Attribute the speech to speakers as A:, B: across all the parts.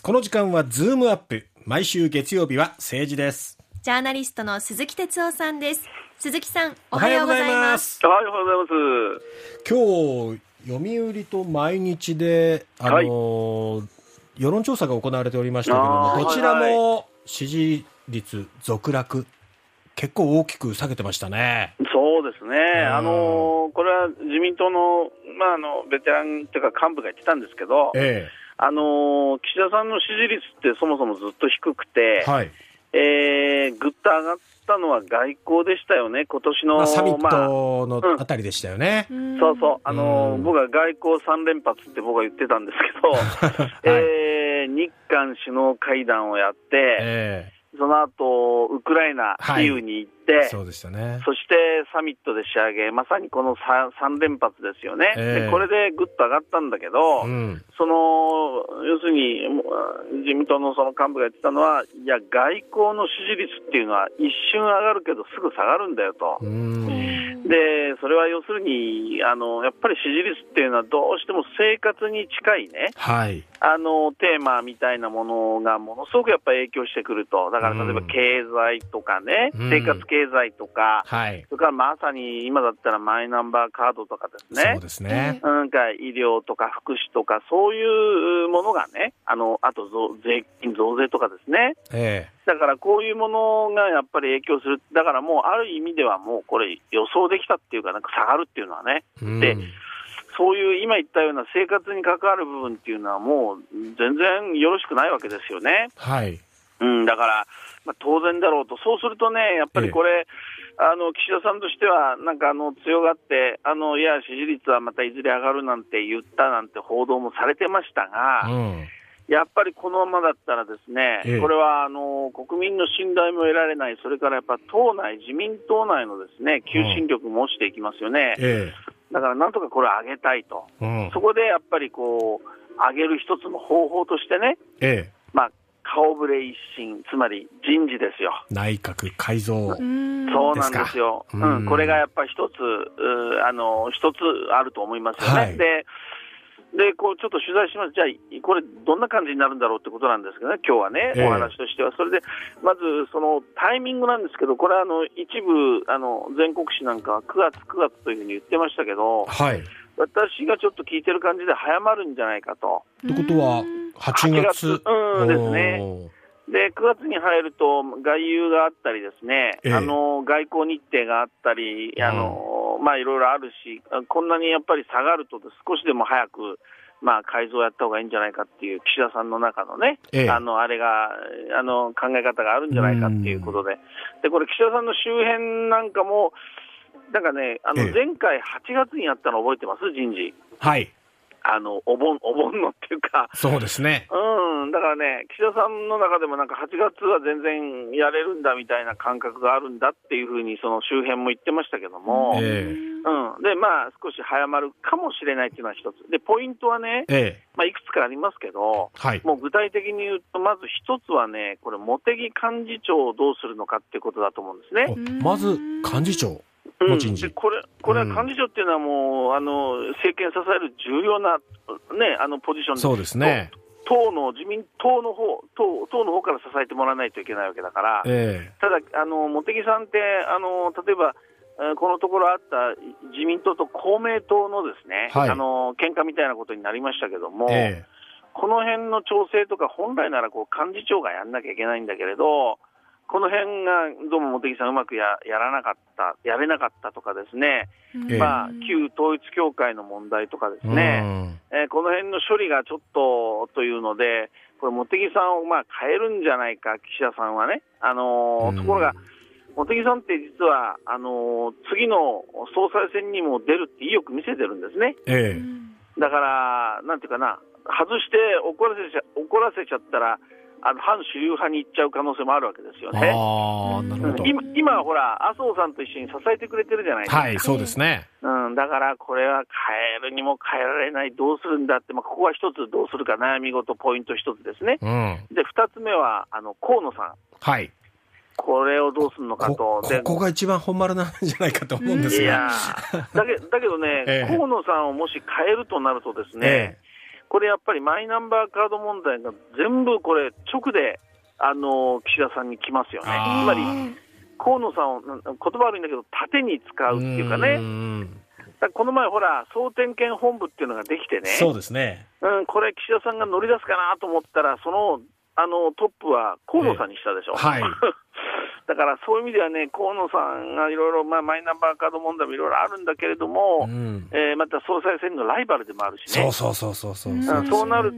A: この時間はズームアップ毎週月曜日は政治です
B: ジャーナリストの鈴木哲夫さんです。鈴木さん、おはようございます。
A: す
C: はい、おはようございます。
A: 今日読売と毎日であのー、世論調査が行われておりましたけれど
C: あ
A: も
C: ー
A: どちら
C: はい
A: も支持率続落結構大きく下げてましたね
C: そうですね、
A: うん
C: あのーこれは自民党の,、まあ、あのベテランというか幹部が言ってたんですけど、
A: え
C: あのー岸田さんの支持率ってそもそもずっと低くて、
A: えはい
C: えーぐっと上がったのは外交でしたよね、今年の、
A: まあ、サミッ
C: まあ
A: トのあたりでしたよね、
B: うん
C: そうそう、あのー
A: うん
C: 僕は外交3連発って僕は言ってたんですけど、
A: はい
C: えー日韓首脳会談をやって、
A: え
C: その後ウクライナ、
A: はい
C: キーウに行っ
A: え
C: て、
A: そうでしたね
C: そしてサミットで仕上げ、まさにこの 3, 3連発ですよね、
A: ええ
C: でこれでぐっと上がったんだけど、
A: うん
C: その要するにもう自民党のその幹部が言ってたのは、いや、外交の支持率っていうのは一瞬上がるけど、すぐ下がるんだよと
A: う。
B: うんん
C: でそれは要するにあの、やっぱり支持率っていうのは、どうしても生活に近いね、
A: はい
C: あのテーマみたいなものがものすごくやっぱり影響してくると、だから例えば
A: うん
C: 経済とかね、
A: うん
C: 生活経済とか、
A: はい、
C: それからまさに今だったらマイナンバーカードとかです
A: そう
C: ね。
A: ですね、
C: なんか医療とか福祉とか、そういうものがね、あのあと増税金増税とかですね、
A: え
C: だからこういうものがやっぱり影響する、だからもうある意味ではもうこれ、予想できたっていうか、なんか下がるっていうのはね、
A: えうん
C: でそういう今言ったような生活に関わる部分っていうのは、もう全然よろしくないわけですよね。
A: はい
C: うん、だから、まあ、当然だろうと、そうするとね、やっぱりこれ、あの岸田さんとしては、なんかあの強がってあの、いや、支持率はまたいずれ上がるなんて言ったなんて報道もされてました
A: う
C: が、
A: ん
C: やっぱりこのままだったら、ですね、
A: ええ
C: これはあの国民の信頼も得られない、それからやっぱ党内、自民党内のですね求心力も落ちていきますよね、
A: え
C: だからなんとかこれ、上げたいと、
A: えうん
C: そこでやっぱりこう、上げる一つの方法としてね、
A: ええ
C: まあ、顔ぶれ一新、つまり人事ですよ。
A: 内閣改造
B: うん
C: そうなんですよ、
A: です
C: う
A: かうん
C: ん、これがやっぱり一つ、うーあの一つあると思いますよね。
A: はい
C: ででこうちょっと取材します、じゃあ、これ、どんな感じになるんだろうってことなんですけどね、今日はね、
A: ええ
C: お話としては、それで、まずそのタイミングなんですけど、これはあの一部あの、全国紙なんかは9月、9月というふうに言ってましたけど、
A: はい
C: 私がちょっと聞いてる感じで、早まるんじゃないかと、
A: ってことは
B: うん
A: 8月
C: うんですね。
A: ね
C: で9月に入ると、外遊があったりですね、
A: ええ
C: あの外交日程があったり、
A: うん
C: あのまあ、いろいろあるし、こんなにやっぱり下がると、少しでも早く、まあ、改造をやった方がいいんじゃないかっていう、岸田さんの中のね、
A: ええ
C: あのあれがあの、考え方があるんじゃないかっていうことで、でこれ、岸田さんの周辺なんかも、なんかね、あの
A: ええ
C: 前回8月にやったの覚えてます、人事、
A: はい
C: あのお盆お盆のっていうか。
A: そうですね
C: うん、だからね、岸田さんの中でもなんか8月は全然やれるんだみたいな感覚があるんだっていうふうに、その周辺も言ってましたけども、
A: え
C: うん、で、まあ、少し早まるかもしれないっていうのは一つ、で、ポイントはね、
A: ええ
C: まあ、いくつかありますけど、
A: はい
C: もう具体的に言うと、まず一つはね、これ、茂木幹事長をどうするのかっていうことだと思うんですね
A: お。まず幹事長
C: う
A: も
C: ん
A: 人事
C: でこれこれは幹事長っていうのはもう、あの政権支える重要な、ね、あのポジションで
A: そうですね
C: 党の自民党の方党党の方から支えてもらわないといけないわけだから、
A: え
C: ただあの、茂木さんって、あの例えば、えーこのところあった自民党と公明党のですね、
A: はい
C: あの喧嘩みたいなことになりましたけども、
A: ええ
C: この辺の調整とか、本来ならこう幹事長がやんなきゃいけないんだけれど、この辺がどうも茂木さん、うまくややらなかった、やれなかったとかですね、
A: ええ
C: まあ、旧統一教会の問題とかです
A: え
C: ね。
A: うん
C: えーこの辺の処理がちょっとというので、これ、茂木さんをまあ変えるんじゃないか、岸田さんはね。あのーところが、茂木さんって実は、あのー次の総裁選にも出るって意欲見せてるんですね。
B: う
A: ええ
B: ん
C: だから、なんていうかな、外して怒らせちゃ怒らせちゃったら、あの反主流派に行っちゃう可能性もあるわけですよね。
A: ああなるほど
C: 今今はほら、麻生さんと一緒に支えてくれてるじゃないですか。
A: はいそうですね
C: うん、だからこれは変えるにも変えられない、どうするんだって、まあ、ここは一つ、どうするか悩み事、ポイント一つですね。
A: うん
C: で、二つ目は、あの、河野さん。
A: はい
C: これをどうするのか。
A: ことこ
C: で
A: こが一番本丸なんじゃないかと思うんです
C: いや
A: が
C: ーだけだけどね、
A: ええ
C: 河野さんをもし変えるとなるとです
A: え
C: ね、これやっぱりマイナンバーカード問題が全部これ、直で、あの岸田さんに来ますよね、
A: あー
C: つまり河野さんを、な言葉悪いんだけど、縦に使うっていうかね、
A: ん
C: だからこの前、ほら、総点検本部っていうのができてね、
A: そうですね。
C: うん、これ、岸田さんが乗り出すかなと思ったら、そのあのトップは河野さんにしたでしょ。
A: はい。
C: だからそういう意味ではね、河野さんがいろいろ、まあ、マイナンバーカード問題もいろいろあるんだけれども、
A: うん
C: えーまた総裁選のライバルでもあるし
A: そ
C: ね
A: う、そうそうそうそう
B: うん
A: そ
C: そうう
A: ですね
C: そうなると、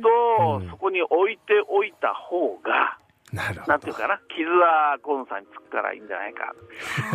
A: うん
C: そこに置いておいた方が、
A: なるほ
C: なんてい
A: ど
C: う。かな、傷は河野さんにつくからいいんじゃないか、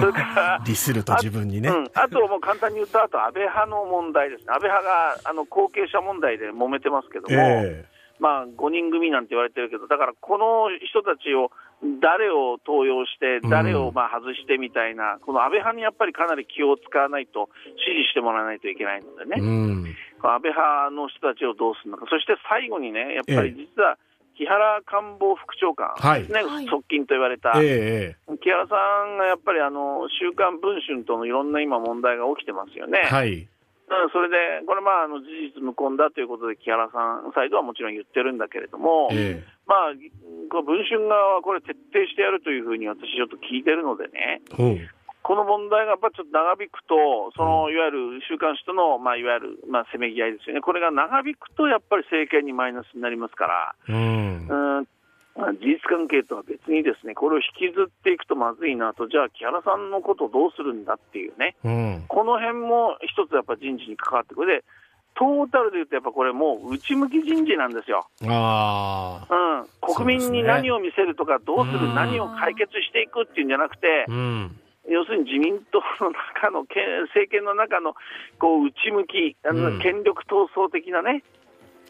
C: それから、
A: ディスると自分にね
C: う。ん、あともう簡単に言うと、あと安倍派の問題ですね、安倍派があの後継者問題で揉めてますけども、
A: え
C: まあ、5人組なんて言われてるけど、だからこの人たちを、誰を登用して
A: う、ん
C: 誰をまあ外してみたいな、この安倍派にやっぱりかなり気を使わないと、支持してもらわないといけないので
A: え。
C: ね、
A: うん。
C: この安倍派の人たちをどうするのか、そして最後にね、やっぱり実は、木原官房副長官ですね、
B: はい
C: 側近と言われた、
A: えええ
C: 木原さんがやっぱりあの、週刊文春とのいろんな今問題が起きてますよね。
A: え。はい。
C: うん、それで、これ、まあ、あの事実無根だということで、木原さんサイドはもちろん言ってるんだけれども、
A: ええ。
C: まあ、この文春側はこれ、徹底してやるというふうに私、ちょっと聞いてるのでね、
A: ほう
C: この問題がやっぱちょっと長引くと、そのいわゆる週刊誌との、まあ、いわゆる、まあ、せめぎ合いですよね、これが長引くとやっぱり政権にマイナスになりますから、
A: うん。
C: うんまあ事実関係とは別にですね、これを引きずっていくとまずいなと、じゃあ、木原さんのことをどうするんだっていうね。
A: うん。
C: この辺も一つやっぱ人事に関わってくるで、トータルで言うと、やっぱこれ、もう内向き人事なんですよ、
A: ああ。
C: うん、国民に何を見せるとか、どうする、
A: うん
C: 何を解決していくっていうんじゃなくて
A: う、ん。
C: 要するに自民党の中の、け政権の中のこう内向き、あ
A: うん
C: の権力闘争的なね、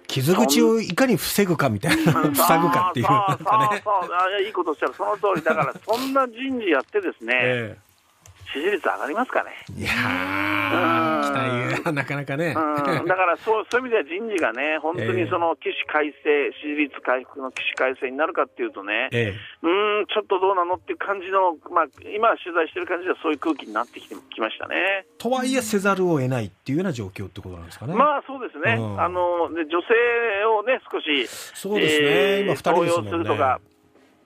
A: 傷口をいかに防ぐかみたいな、
C: うん
A: 塞ぐかっていう、なんかね。
C: そうそうそうあいやいいことおっしゃる、その通り、だからそんな人事やって、です ね、
A: え
C: 支持率上がりますかね。
A: え。いやー、期待がなかなかね。
C: うんだからそうそういう意味では人事がね、本当にその起死回生、支持率回復の起死回生になるかっていうとね、
A: ええ。
C: うーん、ちょっとどうなのっていう感じの、まあ、今、取材してる感じではそういう空気になってきてきましたね。
A: とはいえせざるを得ないっていうような状況ってことなんですかね。
C: まあそうですね、
A: うん
C: あので女性をね、少し、
A: そうですね、
C: えー
A: 今2人ですもんね。
C: 登用するとか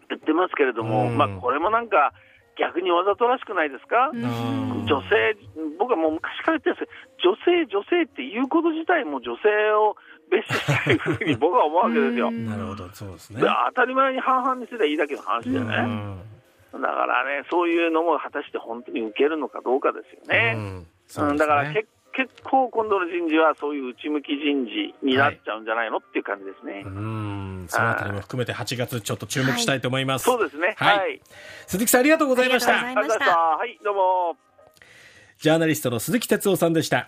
C: 言ってますけれども、
A: うん
C: まあ、これもなんか、逆にわざとらしくないですか、
B: うん
A: うん
C: 女性、僕はもう昔から言ってるんですけど女性、女性っていうこと自体も女性を蔑視しているふうに僕は思うわけですよ。
A: なるほど、そうですね。
C: で当たり前に半々にすればいいだけの話だよ
A: う
C: ね、
A: ん
C: だからね、そういうのも果たして本当に受けるのかどうかですよね、
A: う
C: うん
A: んそうですね
C: だからけ結構、今度の人事はそういう内向き人事になっちゃうんじゃないのっていう感じですね。
A: うんそのあたりも含めて8月ちょっと注目したいと思います。
C: そうですね、
A: は
C: はいい、
A: 鈴木さんありがとうございまし。
B: ありがとうございましたた
C: ありがとうございました。はい、どうも。
A: ジャーナリストの鈴木哲夫さんでした。